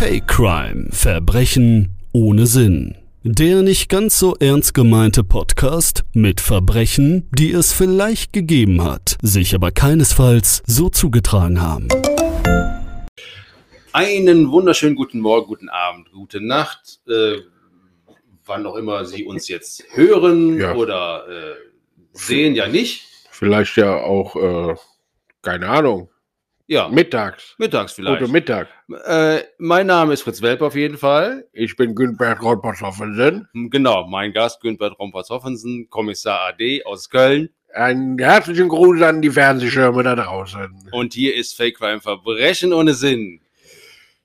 High Crime Verbrechen ohne Sinn. Der nicht ganz so ernst gemeinte Podcast mit Verbrechen, die es vielleicht gegeben hat, sich aber keinesfalls so zugetragen haben. Einen wunderschönen guten Morgen, guten Abend, gute Nacht, äh, wann auch immer Sie uns jetzt hören Ja. oder äh, sehen, ja nicht. Vielleicht ja auch, äh, keine Ahnung, Ja, mittags. mittags vielleicht. Guten Mittag. äh, mein Name ist Fritz Welp auf jeden Fall. Ich bin Günther Rottbachhoffensen. Hm, Genau, mein Gast Günther Rompers-Hoffensen, Kommissar AD aus Köln. Einen herzlichen Gruß an die Fernsehschirme da draußen. Und hier ist Fake Crime Verbrechen ohne Sinn.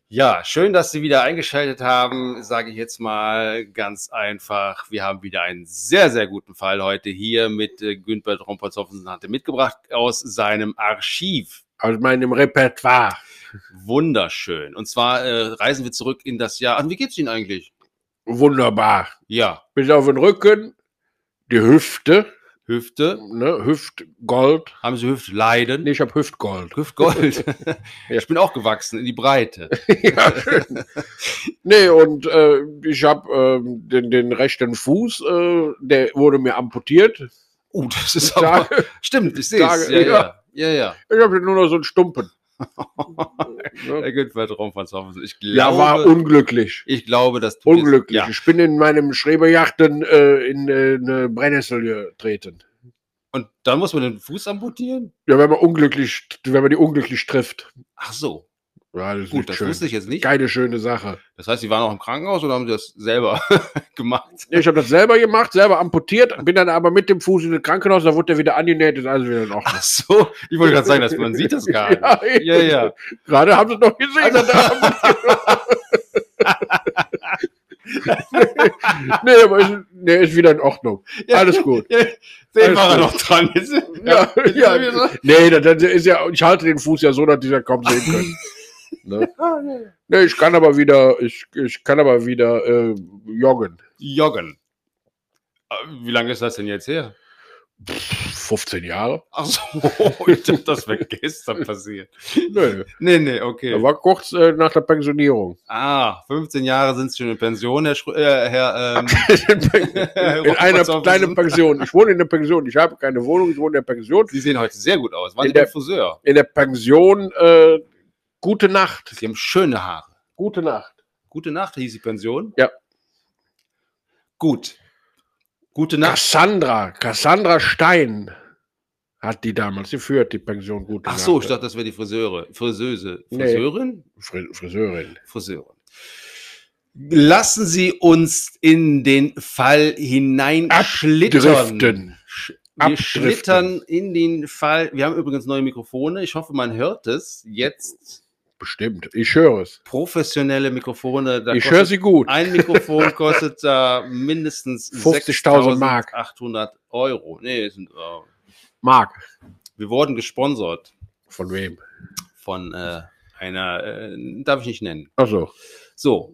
Ja, schön, dass Sie wieder eingeschaltet haben, sage ich jetzt mal ganz einfach. Wir haben wieder einen sehr, sehr guten Fall heute hier mit äh, Günther Rompers-Hoffensen, hatte mitgebracht aus seinem Archiv. Aus meinem Repertoire. Wunderschön. Und zwar äh, reisen wir zurück in das Jahr. Ach, wie geht's Ihnen eigentlich? Wunderbar. Ja, Bis auf den Rücken, die Hüfte, Hüfte. ne? Hüftgold. Haben Sie Hüftleiden? Nee, ich habe Hüftgold. Hüftgold. Ich bin auch gewachsen in die Breite. ja, schön. Nee, und äh, ich habe ähm, den, den rechten Fuß, äh, der wurde mir amputiert. Uh, das Ich ist aber. sage, Stimmt, ich sehe es. Tage, Ja, ja, ja, ja. ich habe nur noch so einen Stumpen. ja. Der Günther Traumfans Hoffensen. Ich Ja, war glaube, unglücklich. ich glaube, das tut es- Unglücklich. Ja. Ich bin in meinem Schreberjachten äh, in äh, eine Brennnessel getreten. Und dann muss man den Fuß amputieren? Ja, wenn man unglücklich, wenn man die unglücklich trifft. Ach so. Ja, das ist Gut, nicht das schön. wusste ich jetzt nicht. Keine schöne Sache. Das heißt, Sie waren auch im Krankenhaus oder haben Sie das selber gemacht? Ich habe das selber gemacht, selber amputiert, bin dann aber mit dem Fuß in den Krankenhaus, da wurde er wieder angenäht, ist alles wieder in Ordnung. Ach so. Ich wollte gerade sagen, dass man sieht das gar nicht. Ja, Ja, Also, ja. Gerade haben sie es noch gesehen. dass er amputiert- nee, aber ist, nee, ist wieder in Ordnung. Ja. Alles gut. Ja, Den Alles war er gut. noch dran. Jetzt- Ja, jetzt ja. haben wir gesagt- Nee, das, das ist ja, ich halte den Fuß ja so, dass die da kaum sehen können. ne? Oh, Nee, ich kann aber wieder, ich, ich kann aber wieder äh, joggen. Joggen. Äh, Wie lange ist das denn jetzt her? 15 Jahre? Ach so, ich dachte, das wäre gestern passiert. Nö. Nee, nee, Das okay. war kurz äh, nach der Pensionierung. Ah, 15 Jahre sind schon in Pension, Herr, Schrö äh, Herr ähm, in einer kleinen Pension. Ich wohne in der Pension. Ich habe keine Wohnung, ich wohne in der Pension. Sie sehen heute sehr gut aus. Waren In Sie beim der- Friseur? In der Pension, äh, gute Nacht. Sie haben schöne Haare. Gute Nacht. Gute Nacht, hieß die Pension? Ja. Gut. Gute Nacht. Cassandra, Cassandra Stein hat die damals geführt, die Pension Gute Ach Nacht. so, ich dachte, das wäre die Friseure. Friseuse. Nee. Friseurin? Fri- Friseurin. Friseurin. Lassen Sie uns in den Fall hineinschlittern. Driften. Sch- Wir Abdriften. schlittern in den Fall. Wir haben übrigens neue Mikrofone. Ich hoffe, man hört es. Jetzt Bestimmt. Ich höre es. professionelle Mikrofone. Da Ich kostet- höre sie gut. Ein Mikrofon kostet da mindestens 50.000 Mark. 6.800 Euro. Nee, es sind, äh, Marc. wir wurden gesponsert Von wem? von äh, einer, äh, darf ich nicht nennen. Achso. So.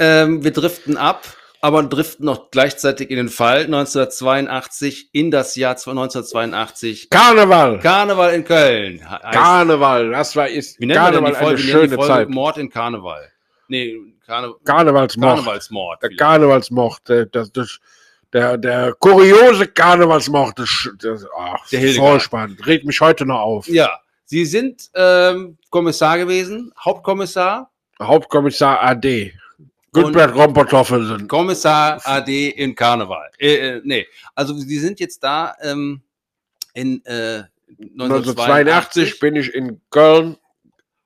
Ähm, wir driften ab, aber driften noch gleichzeitig in den Fall 1982 in das Jahr 1982. Karneval. Karneval in Köln. he- heißt- Karneval. Das war ist Wie nennt man denn die Karneval Folge? eine Wir nennen die schöne Folge Zeit. Mord in Karneval. Nee, Karne Karnevalsmord. Karnevalsmord. Der vielleicht. Karnevalsmord. Der, das, das, der, der kuriose Karnevalsmord. Das, sch- das, ach, Der Hildegard. vorspannt. Regt mich heute noch auf. Ja, Sie sind ähm, Kommissar gewesen, Hauptkommissar, Hauptkommissar AD. Gutbert Rompertoffelsen. Kommissar AD in Karneval. Äh, äh, nee, also Sie sind jetzt da ähm, in äh, 1982 bin ich in Köln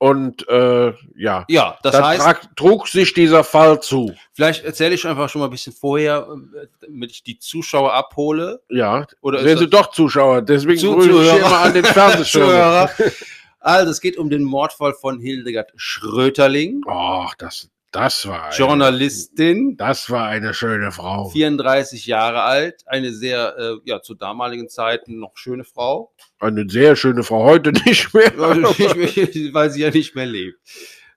und äh, ja, Ja, das da heißt, trag, trug sich dieser Fall zu. vielleicht erzähle ich einfach schon mal ein bisschen vorher, äh, damit ich die Zuschauer abhole. Ja, Oder sehen ist Sie doch Zuschauer, deswegen Zu- grüße ich Zuhörer. hier immer an den Fernsehschirm. Zuhörer? Also, es geht um den Mordfall von Hildegard Schröterling, Ach, das, das war eine, Journalistin, das war eine schöne Frau. 34 Jahre alt, eine sehr, äh, ja, zu damaligen Zeiten noch schöne Frau. Eine sehr schöne Frau, heute nicht mehr. weil weil sie ja nicht mehr lebt.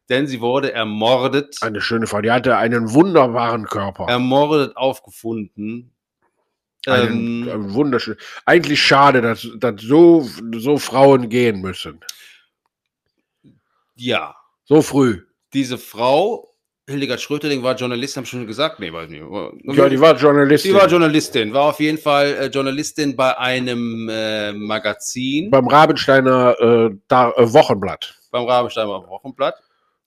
Denn sie wurde ermordet, Eine schöne Frau, die hatte einen wunderbaren Körper. ermordet aufgefunden. einen, Ähm, einen wunderschönen. Eigentlich schade, dass, dass so, so Frauen gehen müssen. ja, So früh. diese Frau, Hildegard Schröteling, war Journalistin, haben schon gesagt. Nee, weiß nicht. Ja, die war Journalistin. Sie war Journalistin, war auf jeden Fall äh, Journalistin bei einem äh, Magazin, beim Rabensteiner äh, da, äh, Wochenblatt. beim Rabensteiner Wochenblatt.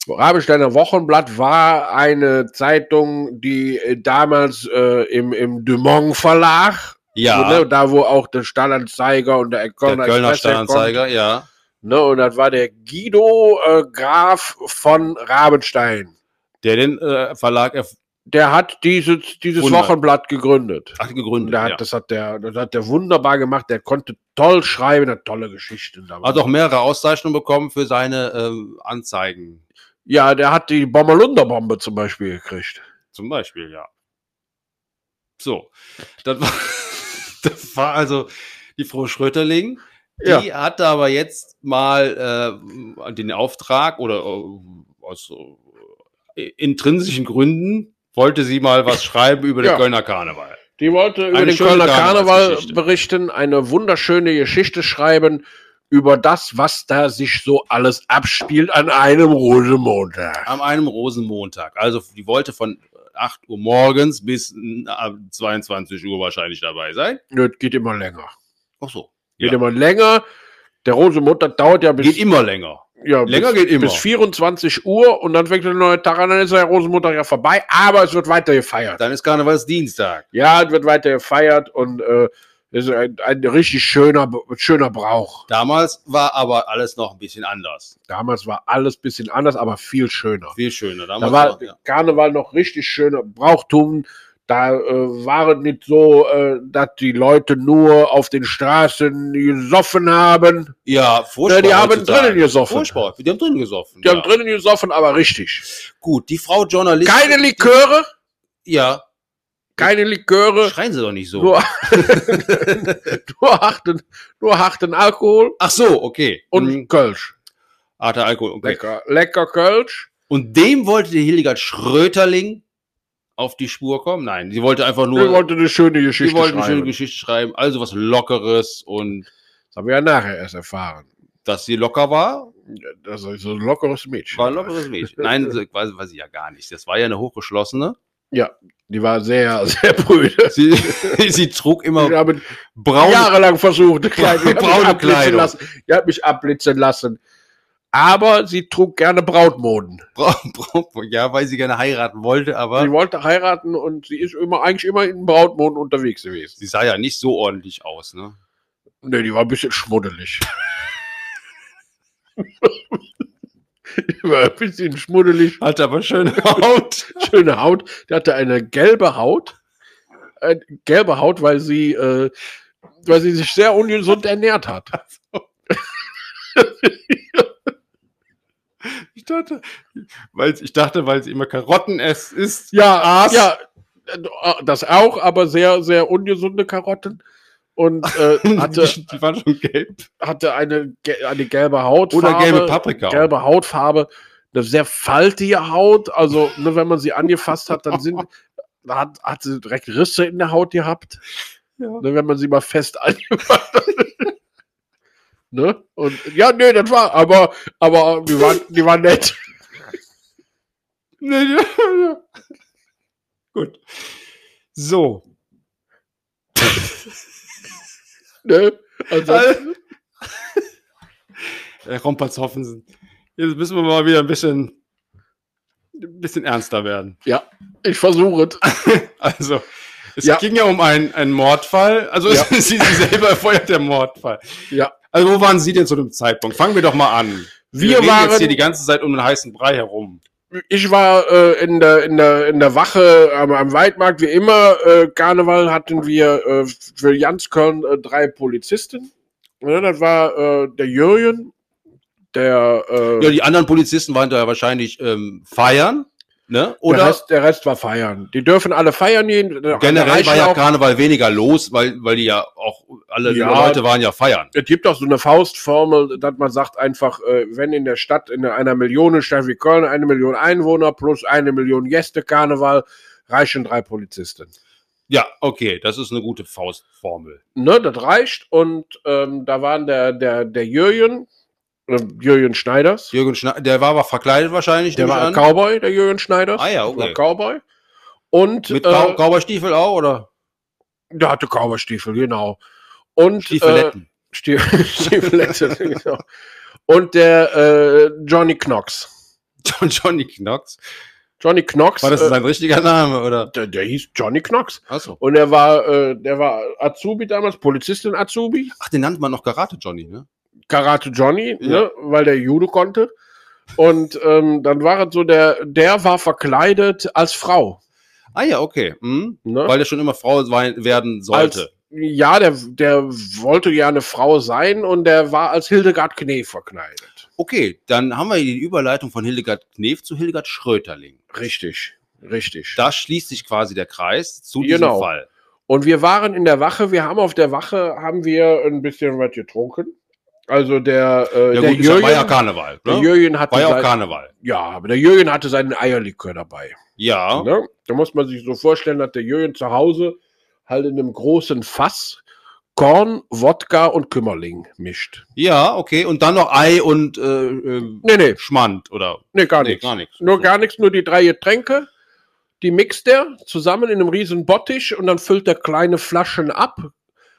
Rabensteiner Wochenblatt war eine Zeitung, die äh, damals äh, im, im Dumont Verlag, so, ne, da wo auch der Stahlanzeiger und der der Kölner, Kölner Express herkommt, Stadtanzeiger, ja. Ne, und das war der Guido äh, Graf von Rabenstein. Der den äh, Verlag erf- Der hat dieses, dieses Wunderbar. Wochenblatt gegründet. hat Und gegründet. da hat, ja. das, hat der, das hat der wunderbar gemacht. Der konnte toll schreiben, hat tolle Geschichten. dabei. Hat Also auch mehrere Auszeichnungen bekommen für seine ähm, Anzeigen. ja, der hat die Bommerlunder-Bombe zum Beispiel gekriegt. Zum Beispiel, ja. So. Das war, das war also die Frau Schröterling. Die Ja. hatte aber jetzt mal äh, den Auftrag oder äh, aus äh, intrinsischen Gründen wollte sie mal was schreiben über Ja. den Kölner Karneval. Die wollte über Eine den schöne Kölner Karneval Karnevalsgeschichte. berichten, eine wunderschöne Geschichte schreiben über das, was da sich so alles abspielt an einem Rosenmontag. Am einem Rosenmontag. Also die wollte von 8 Uhr morgens bis äh, ab 22 Uhr wahrscheinlich dabei sein. Nö, Das geht immer länger. Ach so. Geht Ja. immer länger. Der Rosenmontag dauert ja bis, Geht immer länger. ja, länger bis, geht immer. bis 24 Uhr und dann fängt der neue Tag an, dann ist der Rosenmontag ja vorbei, aber es wird weiter gefeiert. Dann ist Karnevalsdienstag. Ja, es wird weiter gefeiert und äh, es ist ein, ein richtig schöner, schöner Brauch. Damals war aber alles noch ein bisschen anders. Damals war alles ein bisschen anders, aber viel schöner. Viel schöner. Damals Da war war- ja. Karneval noch richtig schöner Brauchtum. Da äh, war es nicht so, äh, dass die Leute nur auf den Straßen gesoffen haben. ja, Ja, Vorsport. die haben heutzutage. drinnen gesoffen. Vorsport. Die haben drinnen gesoffen. Die ja. haben drinnen gesoffen, aber richtig. Gut, die Frau Journalistin. Keine Liköre, Ja, keine Liköre, schreien sie doch nicht so. nur, nur, harten, nur harten Alkohol Ach so, okay. und Mhm. Kölsch. harter Alkohol. Okay. Lecker, lecker Kölsch. Und dem wollte die Hildegard Schröterling auf die Spur kommen? Nein, sie wollte einfach nur. Wir wollten eine schöne die Geschichte wollte schreiben. eine schöne Geschichte schreiben. Also was Lockeres und das haben wir ja nachher erst erfahren. dass sie locker war, Das ist so ein lockeres Mädchen. war ein lockeres Mädchen. Nein, so quasi war sie ja gar nicht. Das war ja eine hochgeschlossene. Die war sehr, sehr prüde. Sie, sie trug immer Ich habe braune jahrelang versucht, eine Braune Kleidung- ich hab mich abblitzen Kleidung. Lassen. Ich habe mich abblitzen lassen. Aber sie trug gerne Brautmoden. Bra Bra ja, weil sie gerne heiraten wollte, aber Sie wollte heiraten und sie ist immer eigentlich immer in Brautmoden unterwegs gewesen. sie sah ja nicht so ordentlich aus, ne? Nee, die war ein bisschen schmuddelig. die war ein bisschen schmuddelig. Hat aber schöne Haut. Schöne Haut. Die hatte eine gelbe Haut. Eine gelbe Haut, weil sie, äh, weil sie sich sehr ungesund ernährt hat. Ich dachte, weil ich dachte, weil sie immer Karotten es isst. Ja, ja, äh, das auch, aber sehr, sehr ungesunde Karotten. Und äh, hatte, die, die waren schon gelb. hatte eine, ge- eine gelbe Hautfarbe. Oder gelbe Paprika. Gelbe Hautfarbe, eine sehr faltige Haut. Also, ne, wenn man sie angefasst hat, dann sind, da hat, hat sie direkt Risse in der Haut gehabt. Ja. Ne, wenn man sie mal fest angefasst hat. ne? Und ja, nee, das war, aber, aber die waren, die waren nett. Nee, ja, ja. Gut. So. Ne? Also, Herr Rompatz Hoffensen. Jetzt müssen wir mal wieder ein bisschen, ein bisschen ernster werden. ich versuche es. Also, es Ja. ging ja um einen, einen Mordfall. Also, Ja. sie, sie selber erfeuert der Mordfall. Ja. Also, wo waren Sie denn zu dem Zeitpunkt? Fangen wir doch mal an. Wir reden waren- jetzt hier die ganze Zeit um den heißen Brei herum. ich war äh, in, der, in, der, in der Wache am, am Weidmarkt, wie immer. Äh, Karneval hatten wir äh, für Jans Köln äh, drei Polizisten. Ja, das war äh, der Jürgen, der, äh, Ja, die anderen Polizisten waren da ja wahrscheinlich ähm, feiern, ne? der, Oder Rest, der Rest war feiern. Die dürfen alle feiern gehen. Da generell reichen war ja auch, Karneval weniger los, weil, weil die ja auch alle die Ja. Leute waren ja feiern. es gibt auch so eine Faustformel, dass man sagt einfach, äh, wenn in der Stadt, in einer Millionenstadt wie Köln, eine Million Einwohner plus eine Million Gäste Karneval, reichen drei Polizisten. Ja, okay, das ist eine gute Faustformel. ne, das reicht. Und ähm, da waren der, der, der Jürgen, äh, Jürgen Schneiders. Jürgen Schneider, der war aber verkleidet wahrscheinlich. Der nehme ich war an. Cowboy, der Jürgen Schneiders. Ah ja, okay. War Cowboy. Und Mit äh, Cowboy Cowboy-Stiefel auch, oder? der hatte Cowboy-Stiefel, genau. Und äh, Stiefeletten. Stie- Stiefelette, genau. Und der äh, Johnny Knox. John Johnny Knox. Johnny Knox. War das äh, sein richtiger Name, oder? der, der hieß Johnny Knox. Achso. Und er war, äh, der war Azubi damals, Polizistin Azubi, Ach, den nannte man noch Karate Johnny, ne? Karate Johnny, Ja. ne, weil der Judo konnte. Und ähm, dann war es so, der, der war verkleidet als Frau. Ah ja, okay. Mhm. Ne? Weil er schon immer Frau wei- werden als, sollte. ja, der, der wollte ja eine Frau sein und der war als Hildegard Knee verkleidet. okay, dann haben wir die Überleitung von Hildegard Knef zu Hildegard Schröterling. Richtig, richtig. Da schließt sich quasi der Kreis zu diesem Genau. Fall. Und wir waren in der Wache, wir haben auf der Wache, haben wir ein bisschen was getrunken. Also der, äh, Ja, der, gut, ist ja- Jürgen, war ja Karneval. der Ne? Jürgen hatte War ja auch sein, Karneval. ja, aber der Jürgen hatte seinen Eierlikör dabei. Ja. Ne? Da muss man sich so vorstellen, dass der Jürgen zu Hause halt in einem großen Fass Korn, Wodka und Kümmerling mischt. Ja, okay. Und dann noch Ei und äh, äh, Nee, nee, Schmand oder nee, gar Nee, nichts. gar nichts. Nur gar nichts, nur die drei Getränke. Die mixt er zusammen in einem riesen Bottich und dann füllt er kleine Flaschen ab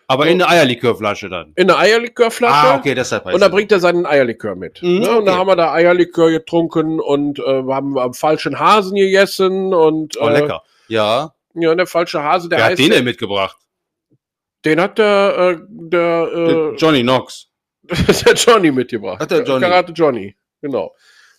Aber in eine Eierlikörflasche dann. in eine Eierlikörflasche. Ah, okay, deshalb heißt Und da es. bringt er seinen Eierlikör mit. Mhm, ne? Und da okay. haben wir da Eierlikör getrunken und äh, haben am falschen Hasen gegessen und Oh, lecker. Ja. Äh, ja, der falsche Hase, äh, der Wer hat heißt, den denn mitgebracht? den hat der, äh, der, Der äh, Johnny Knox. das hat der Johnny mitgebracht. Hat der Johnny. Karate Johnny, genau.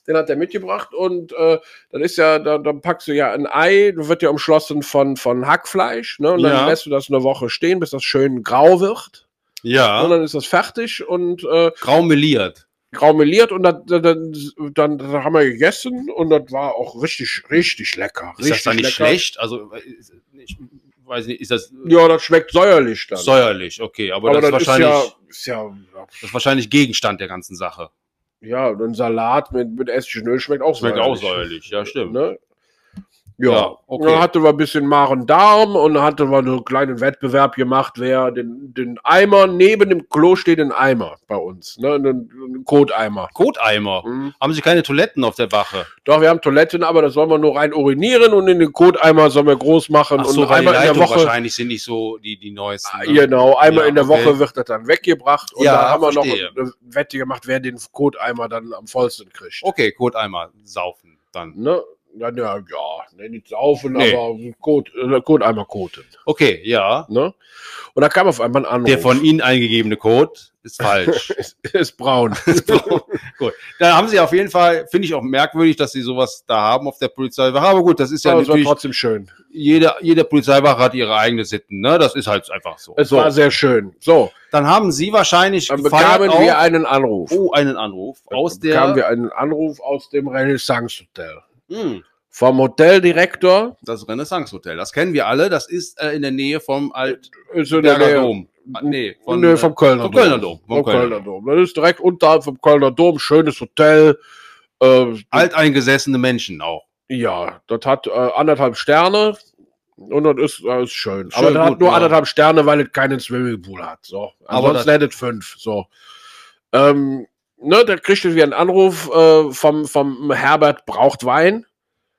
Den hat er mitgebracht und äh, dann ist ja, dann, dann packst du ja ein Ei, du wird ja umschlossen von, von Hackfleisch, ne? Und dann Ja. lässt du das eine Woche stehen, bis das schön grau wird. Und Ja. dann ist das fertig und äh, Graumeliert. graumeliert und dann, dann, dann, dann haben wir gegessen und das war auch richtig, richtig lecker. Ist das richtig dann nicht lecker. schlecht? Also, äh, ist- ich weiß nicht, ist das Ja, das schmeckt säuerlich dann. säuerlich? Okay, aber, Aber das, das ist ist wahrscheinlich, ja, ist ja, das ist wahrscheinlich Gegenstand der ganzen Sache. ja, und ein Salat mit, mit Essigöl schmeckt auch Schmeckt auch säuerlich, ja, stimmt. Ne? Ja, Ja, okay. dann hatten wir ein bisschen Magen-Darm und dann hatten wir einen kleinen Wettbewerb gemacht, wer den, den Eimer, neben dem Klo steht ein Eimer bei uns, ne, einen, einen Koteimer. Koteimer. Mhm. Haben Sie keine Toiletten auf der Wache? Doch, wir haben Toiletten, aber das sollen wir nur rein urinieren und in den Koteimer sollen wir groß machen Ach so, und weil die einmal in der Leitungen Woche wahrscheinlich sind nicht so die, die neuesten. ne? Genau, einmal Ja, in der okay. Woche wird das dann weggebracht und Ja, da haben wir verstehe. noch eine Wette gemacht, wer den Koteimer dann am vollsten kriegt. Okay, Koteimer saufen dann. Ne? Ja, ja, ja, ne, nee, nicht saufen, Nee. aber Kot, äh, Koteimer koten. Okay, ja. Ne? Und da kam auf einmal ein Anruf. Der von Ihnen eingegebene Code ist falsch. ist, ist braun. Gut. Da haben sie auf jeden Fall, finde ich auch merkwürdig, dass sie sowas da haben auf der Polizeiwache. Aber gut, das ist ja aber es war natürlich, trotzdem schön. jede, jede Polizeiwache hat ihre eigenen Sitten, ne? Das ist halt einfach so. Es so. war sehr schön. So, Dann haben sie wahrscheinlich Also, dann gefeiert bekamen auf- wir einen Anruf. oh, einen Anruf Dann aus bekamen der, wir einen Anruf aus dem Renaissance Hotel. Hm, Vom Hoteldirektor. das Renaissance Hotel. Das kennen wir alle. Das ist äh, in der Nähe vom Altberger Ist in der Nähe- Dom. Ah, Nee, von, Nö, äh, vom Kölner vom Dom. Kölner Dom. Vom Vom Kölner Kölner Dom. Das ist direkt unterhalb vom Kölner Dom. Schönes Hotel. Ähm, alteingesessene Menschen auch. ja, das hat äh, anderthalb Sterne. Und das ist, äh, ist schön. Aber Schön, das gut, hat nur ja. anderthalb Sterne, weil es keinen Swimmingpool hat. So. Aber Ansonsten hätte es fünf. So. Ähm, ne, da kriegt ihr wieder einen Anruf äh, vom, vom Herbert Braucht Wein.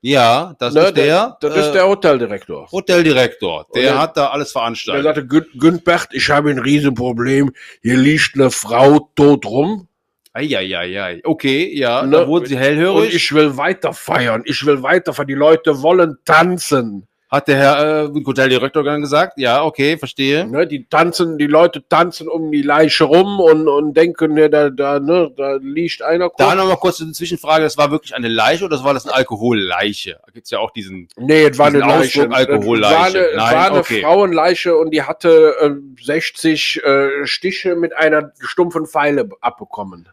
Ja, das Ne, ist der, Das äh, ist der Hoteldirektor. Hoteldirektor. Der, der- hat da alles Der veranstaltet. sagte, "Gün- Günbert, ich habe ein Riesenproblem. Hier liegt eine Frau tot rum. Eieiei. Okay, ja, Ne? da wurden sie hellhörig. Und ich will weiter feiern. Ich will weiter feiern. Die Leute wollen tanzen. hat der Herr äh, Hoteldirektor dann gesagt. Ja, okay, verstehe. Ne, die tanzen, die Leute tanzen um die Leiche rum und, und denken, ne, da, da, ne, da liegt einer. Da nochmal kurz eine Zwischenfrage. Das war wirklich eine Leiche oder das war das eine Alkoholleiche? Da gibt's ja auch diesen. nee, es war eine diesen Leiche. Ausdruck Alkoholleiche. Es war eine, es Nein, war eine okay. Frauenleiche und die hatte ähm, 60 äh, Stiche mit einer stumpfen Pfeile abbekommen.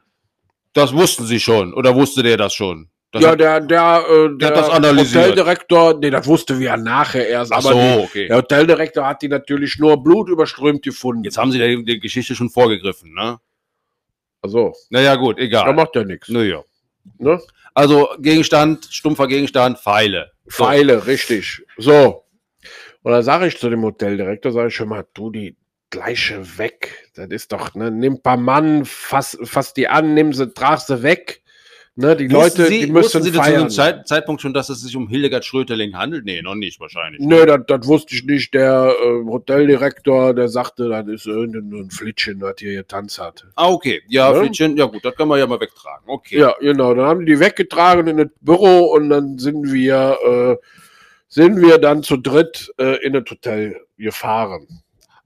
Das wussten sie schon. Oder wusste der das schon? Das ja, hat- der, der, äh, der hat das analysiert. Hoteldirektor, nee, das wusste wir ja nachher erst. ach aber so, die, okay. der Hoteldirektor hat die natürlich nur blutüberströmt gefunden. Jetzt haben sie der, der Geschichte schon vorgegriffen, ne? also, Naja, gut, da egal. macht ja nichts. Naja. Ne? Also Gegenstand, stumpfer Gegenstand, Pfeile. So. Pfeile, richtig. So. Und dann sage ich zu dem Hoteldirektor, sage ich schon mal, du, die Gleiche weg. Das ist doch, ne, nimm paar Mann, fass, fass die an, nimm sie, trag sie weg. Ne, die Wussten Leute, Sie, die müssen wussten Sie zu feiern. diesem Zeit, Zeitpunkt schon, dass es sich um Hildegard Schröterling handelt? Nee, noch nicht wahrscheinlich. Nö, das, das wusste ich nicht. Der äh, Hoteldirektor, der sagte, das ist irgendein Flittchen, das hier getanzt hat. Ah, okay. Ja, Ne? Flittchen, ja gut, das können wir ja mal wegtragen. Okay. Ja, genau. Dann haben die die weggetragen in das Büro und dann sind wir, äh, sind wir dann zu dritt äh, in das Hotel gefahren.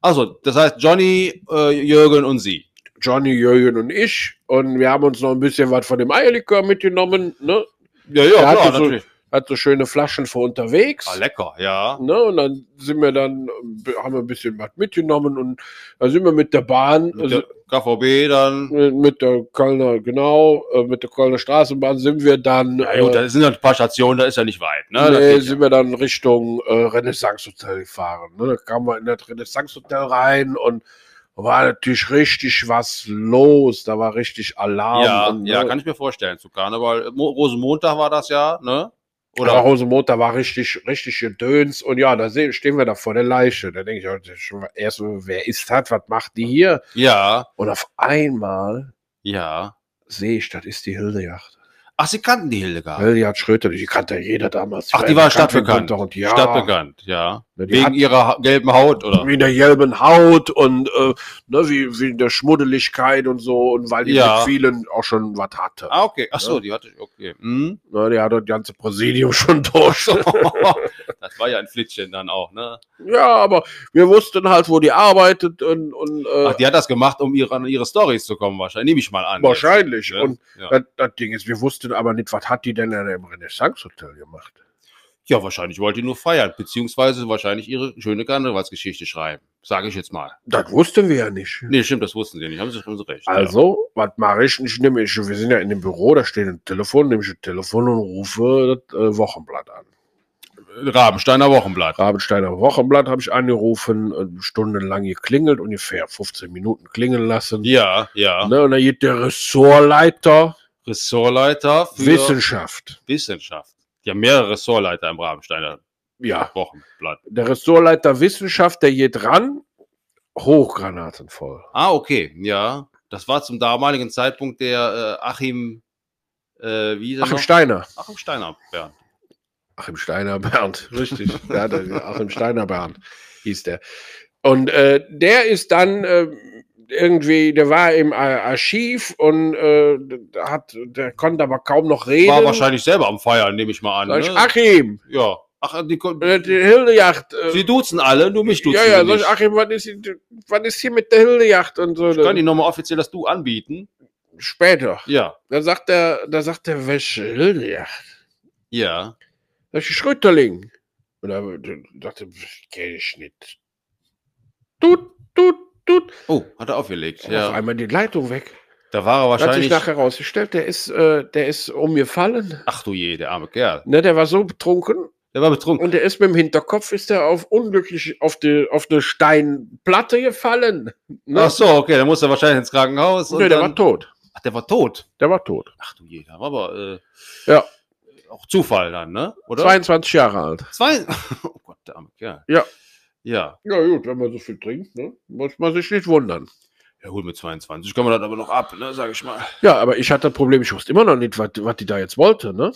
Also, das heißt Johnny, äh, Jürgen und Sie. Johnny, Jürgen und ich. Und wir haben uns noch ein bisschen was von dem Eierlikör mitgenommen. Ne? Ja, Der hatte so- Hat so schöne Flaschen für unterwegs. Ah, lecker, ja. Ne, und dann sind wir dann, haben wir ein bisschen was mitgenommen und dann sind wir mit der Bahn, also Mit der KVB dann. Mit- mit der Kölner, genau, äh, mit der Kölner Straßenbahn sind wir dann, Ja, gut, äh, da sind ja ein paar Stationen, da ist ja nicht weit. Ne? Das nee, geht ja. sind wir dann Richtung äh, Renaissance Hotel gefahren. Ne? Da kamen wir in das Renaissance Hotel rein und war natürlich richtig was los. Da war richtig Alarm. Ja, und, ja, ne? kann ich mir vorstellen. Zu Karneval. Mo Rosenmontag war das ja, ne? Oder Oder? Rosenmontag war richtig, richtig gedöns. Und ja, da sehen, stehen wir da vor der Leiche. Da denke ich auch schon mal erst, so, wer ist das? Was macht die hier? Ja, Und auf einmal ja. sehe ich, das ist die Hildegard. Ach, Sie kannten die Hildegard. Hildegard Schröter, die kannte ja jeder damals. Ach, die war Bekannt wie stadtbekannt. Butter Und ja, Stadtbekannt, ja. Ne, Die Wegen Wegen ihrer ha- gelben Haut, oder? wie der gelben Haut und äh, ne, wie, wie der Schmuddeligkeit und so und weil die Ja. mit vielen auch schon was hatte. Ah, okay. Ach so, Ja. die hatte ich, okay. Hm? Ne, die hat das ganze Präsidium schon durch. das war ja ein Flittchen dann auch, ne? ja, aber wir wussten halt, wo die arbeitet und, und äh, Ach, die hat das gemacht, um ihre, an ihre Stories zu kommen, wahrscheinlich. Nehme ich mal an. wahrscheinlich. Ja, Und ja. das, das Ding ist, wir wussten aber nicht, was hat die denn in dem Renaissance Hotel gemacht. ja, wahrscheinlich wollte die nur feiern, beziehungsweise wahrscheinlich ihre schöne Karnevalsgeschichte schreiben. Sage ich jetzt mal. Das wussten wir ja nicht. Nee, stimmt, das wussten sie nicht. Haben sie schon so recht. Also, was mache ich? Ich nehme, ich, wir sind ja in dem Büro, da steht ein Telefon, nehme ich ein Telefon und rufe das äh, Wochenblatt an. ja. Rabensteiner Wochenblatt. Rabensteiner Wochenblatt habe ich angerufen, äh, stundenlang geklingelt, ungefähr 15 Minuten klingeln lassen. Ja, ja. Ne, und dann geht der Ressortleiter Ressortleiter für Wissenschaft. Wissenschaft. Die haben mehrere Ressortleiter im Rabensteiner Ja, Wochenblatt. der Ressortleiter Wissenschaft, der geht ran, Hochgranaten voll. Ah, okay, ja. Das war zum damaligen Zeitpunkt der äh, Achim, äh, wie hieß er Achim noch? Steiner. Achim Steiner, Bernd. Achim Steiner Bernd, richtig. ja, der Achim Steiner Bernd hieß der. Und äh, der ist dann äh, irgendwie, der war im Ar- Archiv und äh, hat, der konnte aber kaum noch reden. War wahrscheinlich selber am Feiern, nehme ich mal an. Sag ich, ne? Achim, Ja. Ach, die, kon- äh, die Hildejagd. Äh, sie duzen alle, du mich duzen. ja, ja, du sag nicht. ich, Achim, was ist, hier- was ist hier mit der Hildejagd und so? ich kann dir nochmal offiziell das Du anbieten. Später. Ja, Da sagt er, da sagt er, welche Hildejagd? ja. Das ist Schröterling. Und da dachte ich, kenn ich nicht. Tut, tut, tut. Oh, hat er aufgelegt. Und Ja. Auf einmal die Leitung weg. Da war er Hat sich wahrscheinlich. nachher rausgestellt, der ist, äh, der ist umgefallen. Ach du je, der arme Kerl. Ne, der war so betrunken Der war betrunken. und der ist mit dem Hinterkopf ist er auf unglücklich auf die auf eine Steinplatte gefallen. Ne? Ach so, okay, dann muss er wahrscheinlich ins Krankenhaus. und ne, der dann, war tot. Ach, der war tot. Der war tot. Ach du je, da war aber äh, Ja. auch Zufall dann, ne? Oder? 22 Jahre alt. Zwei. Oh Gott, der arme Kerl. Ja. Ja. Ja gut, wenn man so viel trinkt, ne, muss man sich nicht wundern. Ja, hol mit 22. Kann man das aber noch ab, ne? Sag ich mal. Ja, aber ich hatte das Problem, ich wusste immer noch nicht, was, was die da jetzt wollte. Ne?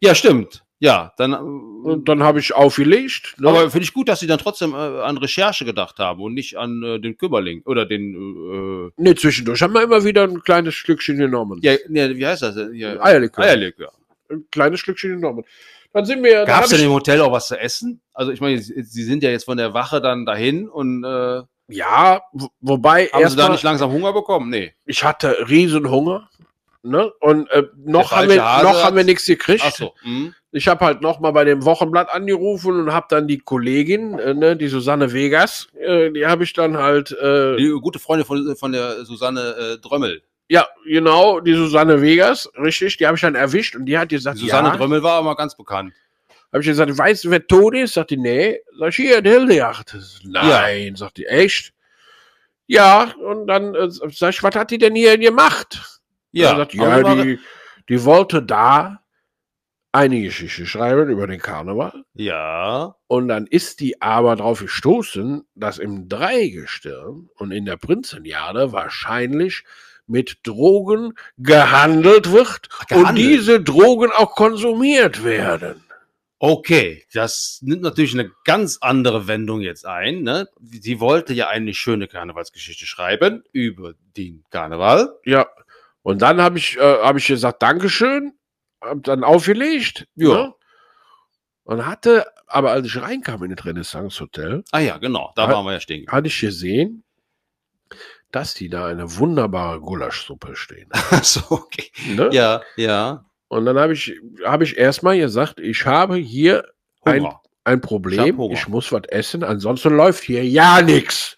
Ja, stimmt. Ja, dann. äh, Und dann habe ich aufgelegt. Ne? Aber finde ich gut, dass sie dann trotzdem äh, an Recherche gedacht haben und nicht an äh, den Kümmerling oder den. ne, zwischendurch haben wir immer wieder ein kleines Schlückchen genommen. Äh, ja, ne, wie heißt das? denn? Ja, Eierlikör. Eierlikör. Ein kleines Schlückchen genommen. Dann sind wir. dann Gab es hab denn ich- im Hotel auch was zu essen? Also ich meine, sie sie sind ja jetzt von der Wache dann dahin und äh, haben Ja, wo- wobei sie da erstmal, nicht langsam Hunger bekommen? Nee. ich hatte riesen Hunger. Ne? Und äh, noch, Der haben wir, falsche Hase noch haben wir hat's- nichts gekriegt. Ach so. Mhm. Ich habe halt noch mal bei dem Wochenblatt angerufen und habe dann die Kollegin, äh, ne, die Susanne Vegas, äh, die habe ich dann halt, äh, Die gute Freundin von, von der Susanne äh, Drömmel. ja, genau, die Susanne Vegas, richtig, die habe ich dann erwischt und die hat gesagt, Die Susanne ja, Drömmel war immer ganz bekannt. habe ich gesagt, weißt du, wer tot ist? Sagt die, nee. Sag ich, hier, der Hildegard. Nein, sagt die, echt? Ja, und dann äh, sag ich, was hat die denn hier gemacht? Ja, sagt, aber ja war- die, die wollte da eine Geschichte schreiben über den Karneval. Ja. Und dann ist die aber darauf gestoßen, dass im Dreigestirn und in der Prinzenjade wahrscheinlich mit Drogen gehandelt wird und gehandelt. diese Drogen auch konsumiert werden. Okay, das nimmt natürlich eine ganz andere Wendung jetzt ein. Ne? Sie wollte ja eine schöne Karnevalsgeschichte schreiben über den Karneval. Ja. Und dann habe ich, äh, hab ich gesagt, Dankeschön, hab dann aufgelegt. Ja. ne? Und hatte, aber als ich reinkam in das Renaissance Hotel, Ah ja, genau, da Ja. waren wir ja stehen. geblieben. hatte ich gesehen, dass die da eine wunderbare Gulaschsuppe stehen. Ach so, okay. Ne? Ja, ja. Und dann habe ich, hab ich erstmal gesagt, ich habe hier ein, Hunger. ein Ich Problem, hab Hunger. ich, muss was essen, ansonsten läuft hier ja nichts.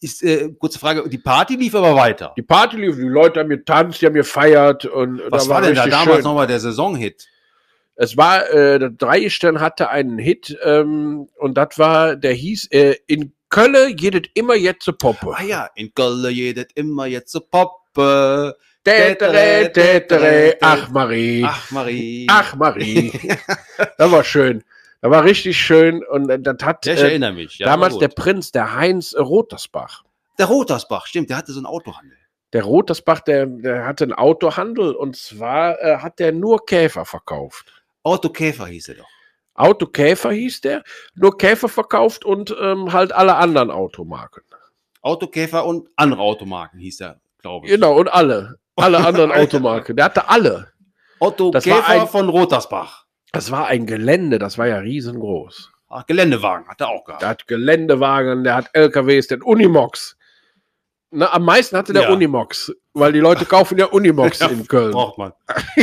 Ist, äh, kurze Frage, die Party lief aber weiter. Die Party lief, die Leute haben getanzt, die haben gefeiert und Was war, denn da richtig damals schön. nochmal der Saisonhit? Es war, äh, der Dreistern hatte einen Hit ähm, und das war, der hieß, äh, in Kölle jedet immer jetzt zur Poppe. Ah ja, in Köln jedet immer jetzt so Poppe. Tätere, tätere, ach Marie, Ach Marie. ach Marie. das war schön. Das war richtig schön und äh, das hat Ja, ich äh, erinnere mich. Ja, damals war der gut. Prinz, der Heinz äh, Rotersbach. der Rotersbach, stimmt, der hatte so einen Autohandel. Der Rotersbach, der, der hatte einen Autohandel und zwar äh, hat der nur Käfer verkauft. Autokäfer hieß er doch. Autokäfer hieß der, nur Käfer verkauft und ähm, halt alle anderen Automarken. Autokäfer und andere Automarken hieß er, glaube ich. Genau, und alle. Alle anderen Automarken. Der hatte alle. Otto Das war Käfer ein- von Rotersbach. Das war ein Gelände, das war ja riesengroß. Ach, Geländewagen hat er auch gehabt. Der hat Geländewagen, der hat LKWs, der hat Unimox. Na, am meisten hatte der Ja. Unimox, weil die Leute kaufen ja Unimox Ja, in Köln. Braucht man.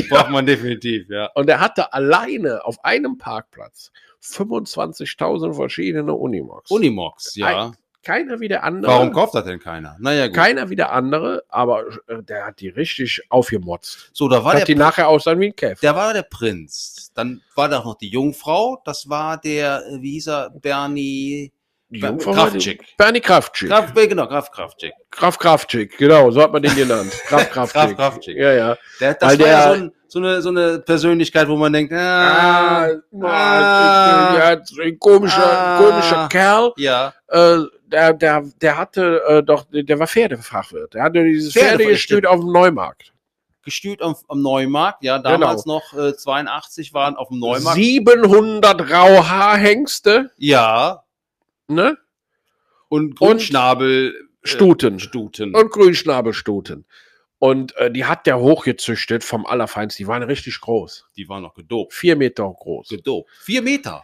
Braucht man definitiv, ja. Und er hatte alleine auf einem Parkplatz 25.000 verschiedene Unimox. Unimox, ja. keiner wie der andere. Warum kauft das denn keiner? Naja, gut. Keiner wie der andere, aber äh, der hat die richtig aufgemotzt. so, da war der, Hat die nachher aussahen wie ein Käfer. da war der Prinz. Dann war da auch noch die Jungfrau. Das war der, äh, wie hieß er, Bernie Die Ber- Jungfrau war die- Kraftschick. Bernie Kraftschick. Graf, Graf, äh, genau, Graf Kraftschick. Graf Kraftschick, genau, so hat man den genannt. Graf Kraftschick. Graf Kraftschick. Ja, ja. Der, das Weil war ja der- so, ein, so, eine, so eine Persönlichkeit, wo man denkt, ah, Ah, ah, ja, so ein komischer, ah. komischer Kerl. ja. Äh, der, der, der hatte äh, doch, der war Pferdefachwirt. Der hatte dieses Pferde- Pferdegestüt auf dem Neumarkt. gestüt am, am Neumarkt, ja, Genau. damals noch äh, 82 waren auf dem Neumarkt. 700 Rauhaarhengste, Ja, ne? und Grundschnabel Stuten. Stuten. Und Grünschnabelstuten. Und äh, die hat der hochgezüchtet vom Allerfeinsten. Die waren richtig groß. Die waren noch gedopt. Vier Meter groß. Gedopt. Vier Meter.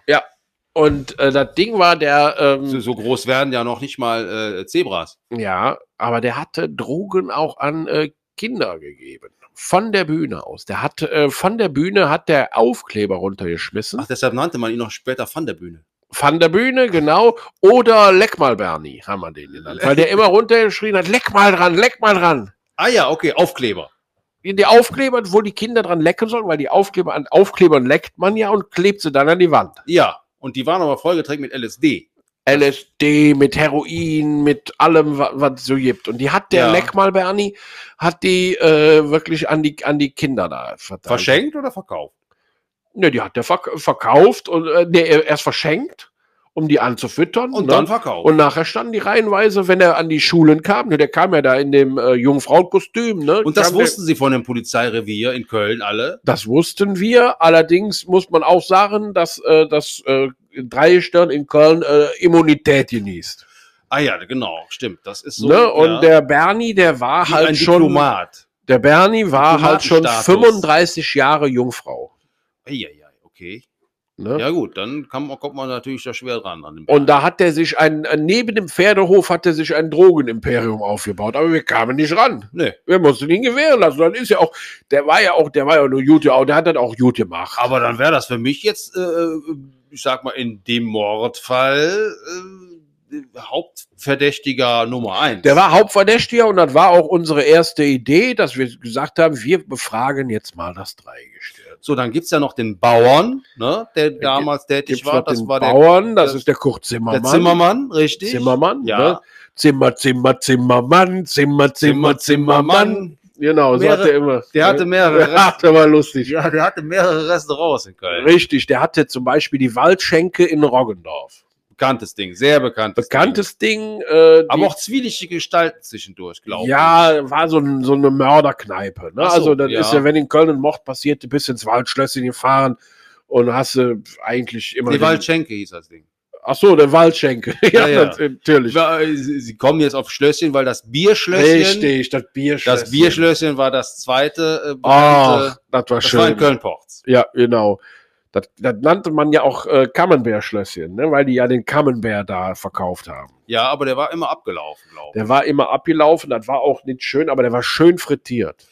Und äh, das Ding war der, So, ähm, so groß werden ja noch nicht mal äh, Zebras. ja, aber der hatte Drogen auch an äh, Kinder gegeben. Von der Bühne aus. Der hat, äh, von der Bühne hat der Aufkleber runtergeschmissen. Ach, deshalb nannte man ihn noch später Van der Bühne. Van der Bühne, genau. Oder Leck mal Bernie, haben wir den genannt. Weil der immer runtergeschrien hat, leck mal dran, leck mal dran. Ah ja, okay, Aufkleber. in die Aufkleber, wo die Kinder dran lecken sollen, weil die Aufkleber an Aufklebern leckt man ja und klebt sie dann an die Wand. Ja, und die waren aber vollgetränkt mit LSD. LSD mit Heroin, mit allem, wa- was so gibt. Und die hat der Ja. Leck mal Bernie, hat die äh, wirklich an die, an die Kinder da verteilt. Verschenkt oder verkauft? Ne, die hat der verk verkauft und äh, nee, erst verschenkt, um die anzufüttern. Und ne? dann verkauft. und nachher standen die reihenweise, wenn er an die Schulen kam, ne, der kam ja da in dem äh, Jungfrauenkostüm, ne? und das kam der- wussten sie von dem Polizeirevier in Köln alle. Das wussten wir. Allerdings muss man auch sagen, dass äh, das äh, Dreistirn in Köln äh, Immunität genießt. Ah ja, genau, stimmt. Das ist so. ne? Und ja, der Bernie, der war wie ein halt schon. Diplomat. Der Bernie war halt schon Diplomatenstatus. 35 Jahre Jungfrau. Eieiei, okay. Ne? Ja gut, dann kann, man- kommt man natürlich da schwer dran an dem Und da hat er sich ein, äh, neben dem Pferdehof hat er sich ein Drogenimperium aufgebaut, aber wir kamen nicht ran. Nee. Wir mussten ihn gewähren lassen. Dann ist ja auch, der war ja auch, der war ja nur Jute, der hat das auch Jute gemacht. Aber dann wäre das für mich jetzt, äh, ich sag mal, in dem Mordfall äh, Hauptverdächtiger Nummer eins. Der war Hauptverdächtiger und das war auch unsere erste Idee, dass wir gesagt haben, wir befragen jetzt mal das Dreigestirn. so, dann gibt's ja noch den Bauern, ne, der damals tätig Äh, Gibt's war. noch Das den war der, Bauern, das der- ist der Kurt Zimmermann. der Zimmermann, richtig? Zimmermann, ja. ne? Zimmer, Zimmer, Zimmermann, Zimmer, Zimmer, Zimmermann. Genau, so Mehrere- hat er immer. der hatte mehrere Der hatte aber lustig. Ja, der hatte mehrere Restaurants in Köln. Richtig, der hatte zum Beispiel die Waldschenke in Roggendorf. Bekanntes Ding, sehr bekanntes. Bekanntes Ding. Äh, die- Ding. Aber auch zwielichtige Gestalten zwischendurch, glaube ich. ja, war so, ein, so eine Mörderkneipe. Ne? Ach so, also dann ja. ist ja, wenn in Köln ein Mord passierte, bis ins Waldschlösschen gefahren und hast du eigentlich immer. Die den- Waldschenke hieß das Ding. Ach so, der Waldschenke. ja, Ja, ja. das- natürlich. Wa- äh, Sie sie kommen jetzt auf Schlösschen, weil das Bierschlösschen, Richtig, das Bierschlösschen. das Bierschlösschen war das zweite äh, Ach, bekannte- das war das schön. war in Köln-Porz. Ja, genau. Das, das nannte man ja auch äh, Camembert-Schlösschen, ne? weil die ja den Camembert da verkauft haben. Ja, aber der war immer abgelaufen, glaube ich. Der war immer abgelaufen, das war auch nicht schön, aber der war schön frittiert.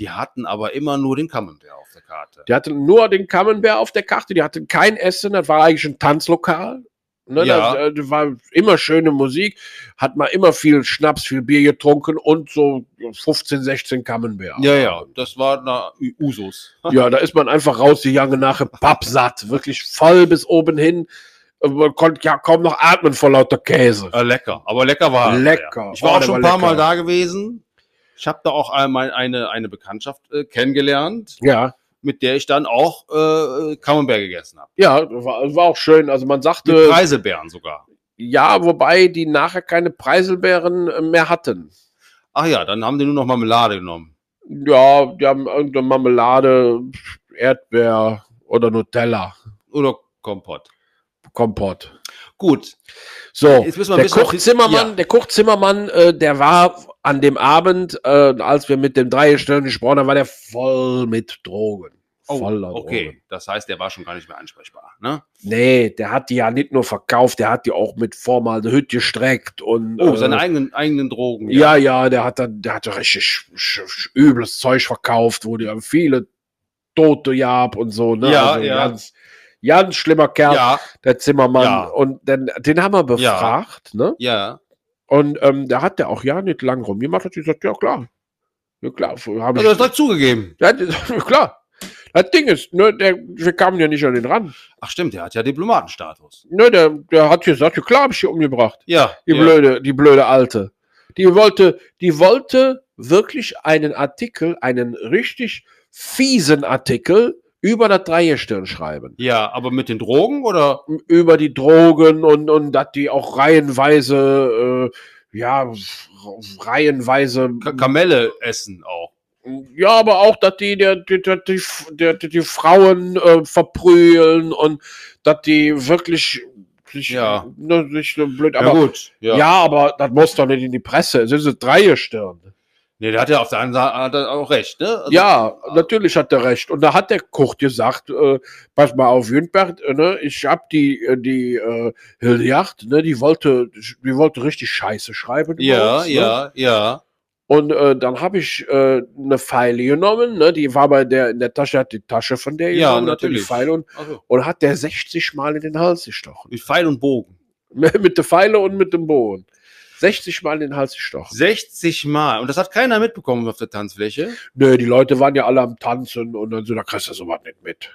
Die hatten aber immer nur den Camembert auf der Karte. Die hatten nur den Camembert auf der Karte, die hatten kein Essen, das war eigentlich ein Tanzlokal. Ne, Ja. da, da war immer schöne Musik, hat man immer viel Schnaps, viel Bier getrunken und so 15, 16 Camembert. Ja, ja, das war na, Ü- Usus. Ja, da ist man einfach rausgegangen nachher pappsatt, wirklich voll bis oben hin. Man konnte ja kaum noch atmen vor lauter Käse. Äh, lecker, aber lecker war. er. Lecker. Ich war Oh, auch der schon ein war paar Mal lecker. da gewesen. Ich habe da auch einmal eine, eine Bekanntschaft äh, kennengelernt, Ja, mit der ich dann auch äh, Camembert gegessen habe. ja, war, war auch schön. Also man Mit sagte, Preiselbeeren sogar. ja, wobei die nachher keine Preiselbeeren äh, mehr hatten. Ach ja, dann haben die nur noch Marmelade genommen. Ja, die haben irgendeine Marmelade, Erdbeer oder Nutella. Oder Kompott. Kompott. Gut. So, Jetzt müssen wir ein Oh, der bisschen auf Koch die- Zimmermann, Ja. der Koch Zimmermann, äh, der war an dem Abend, äh, als wir mit dem Dreierstern gesprochen haben, war der voll mit Drogen. Oh, Voller Drogen. okay. Das heißt, der war schon gar nicht mehr ansprechbar. Ne? Nee, der hat die ja nicht nur verkauft, der hat die auch mit Formaldehyd gestreckt und Oh, äh, seine eigenen, eigenen Drogen. Ja, ja, der hat dann, der hat richtig sch- sch- sch- übles Zeug verkauft, wo die haben viele Tote gab und so, ne? Ja, ja. Ganz, ganz schlimmer Kerl, Ja, der Zimmermann. Ja. Und den, den haben wir befragt, ne? ja. Und ähm, da hat der auch ja nicht lang rumgemacht, hat gesagt, ja klar. Ja klar, habe Also, ich. das hat zugegeben. Ja, das- klar. Das Ding ist, ne, der, wir kamen ja nicht an den ran. Ach stimmt, der hat ja Diplomatenstatus. Ne, der, der hat gesagt, ja klar, habe ich hier umgebracht. Ja. Die ja. blöde, die blöde Alte. Die wollte, die wollte wirklich einen Artikel, einen richtig fiesen Artikel über das Dreierstern schreiben. Ja, aber mit den Drogen oder? Über die Drogen und, und dass die auch reihenweise, äh, ja, reihenweise, Ka- Kamelle essen auch. ja, aber auch, dass die, der, die, der, die, der, die, die Frauen äh, verprügeln und dass die wirklich sich, Ja. ne, sich so blöd, ja aber gut. Ja. Ja. aber das muss doch nicht in die Presse. Sind sie Dreierstern? Nee, der hat ja auf der anderen Seite hat er auch recht, ne? Also- ja, natürlich hat er recht. Und da hat der Koch gesagt, äh, pass mal auf, Jüntbert, äh, ne, ich hab die, äh, die äh, Hildegard, ne, die wollte, die wollte richtig Scheiße schreiben. über Ja, uns, ne? ja, ja. Und äh, dann habe ich äh, eine Pfeile genommen, ne, die war bei der in der Tasche, hat die Tasche von der Ja, genommen, hatte die natürlich. Pfeile und, Also, und hat der 60 Mal in den Hals gestochen. mit Pfeil und Bogen. mit der Pfeile und mit dem Boden. 60 Mal in den Hals gestochen. 60 Mal. Und das hat keiner mitbekommen auf der Tanzfläche. Nö, die Leute waren ja alle am Tanzen und dann so, da kriegst du sowas nicht mit.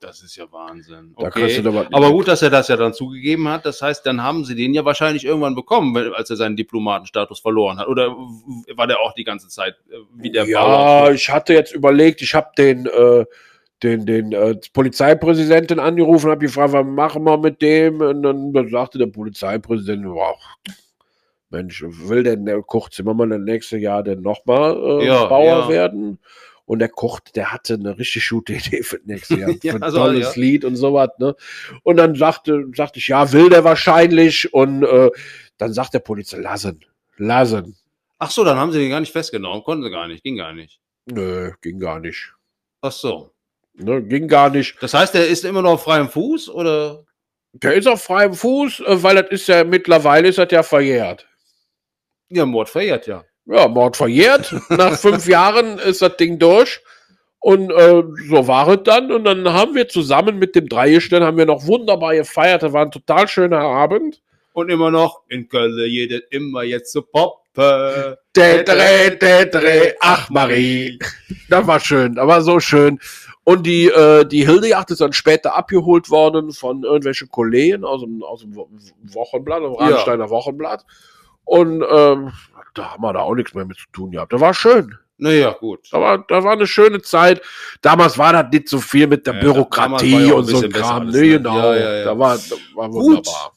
Das ist ja Wahnsinn. Da kriegst du Okay. sowas nicht Aber mit. gut, dass er das ja dann zugegeben hat. Das heißt, dann haben sie den ja wahrscheinlich irgendwann bekommen, wenn- als er seinen Diplomatenstatus verloren hat. Oder w- war der auch die ganze Zeit äh, wie der Ja, Bauer? ich hatte jetzt überlegt, ich habe den, äh, den, den äh, Polizeipräsidenten angerufen, habe gefragt, was machen wir mit dem? Und dann dann sagte der Polizeipräsident, wow, Mensch, will denn der Koch Zimmermann das nächste Jahr denn nochmal äh, Ja, Bauer ja. werden? Und der Koch, der hatte eine richtig gute Idee für das nächste Jahr. Ja, für ein so, tolles ja. Lied und sowas. Ne? Und dann sagte, sagte ich, ja, will der wahrscheinlich. Und äh, dann sagt der Polizei, lassen, lassen. Ach so, dann haben sie den gar nicht festgenommen. Konnten sie gar nicht. Ging gar nicht. Nö, ging gar nicht. Ach so. Ne, ging gar nicht. Das heißt, der ist immer noch auf freiem Fuß oder? Der ist auf freiem Fuß, äh, weil das ist ja mittlerweile ist das ja verjährt. Ja, Mord verjährt ja. Ja, Mord verjährt. Nach fünf Jahren ist das Ding durch. Und äh, so war es dann. Und dann haben wir zusammen mit dem Dreierstern haben wir noch wunderbar gefeiert. Das war ein total schöner Abend. Und immer noch in Köln jedet immer jetzt zu Poppe. Tetre, tetre, ach Marie. Das war schön, das war so schön. Und die, äh, die Hildegard ist dann später abgeholt worden von irgendwelchen Kollegen aus dem, aus dem Wo- Wochenblatt, dem Rahnsteiner Wochenblatt. Und ähm, da haben wir da auch nichts mehr mit zu tun gehabt. Das war schön. Naja, gut. Da war, da war eine schöne Zeit. Damals war das nicht so viel mit der Ja, damals war Bürokratie ja auch ein und so bisschen ein Kram. besser alles, Nee, ne? genau. Ja, ja, ja. Da war, da war Gut. wunderbar.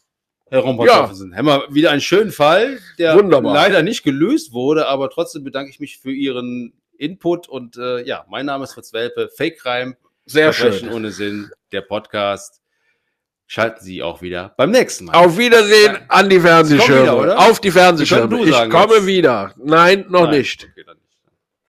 Herr Rompertoffelsen, haben wir wieder einen schönen Fall, der Wunderbar. leider nicht gelöst wurde, aber trotzdem bedanke ich mich für Ihren Input und äh, ja, mein Name ist Fritz Welpe, Fake Crime, Sehr Verbrechen schön. ohne Sinn, der Podcast. Schalten Sie auch wieder beim nächsten Mal. Auf Wiedersehen Nein. an die Fernsehschirme. wieder, oder? auf die Fernsehschirme. Wir können du Ich sagen komme jetzt. wieder. Nein, noch Nein. nicht.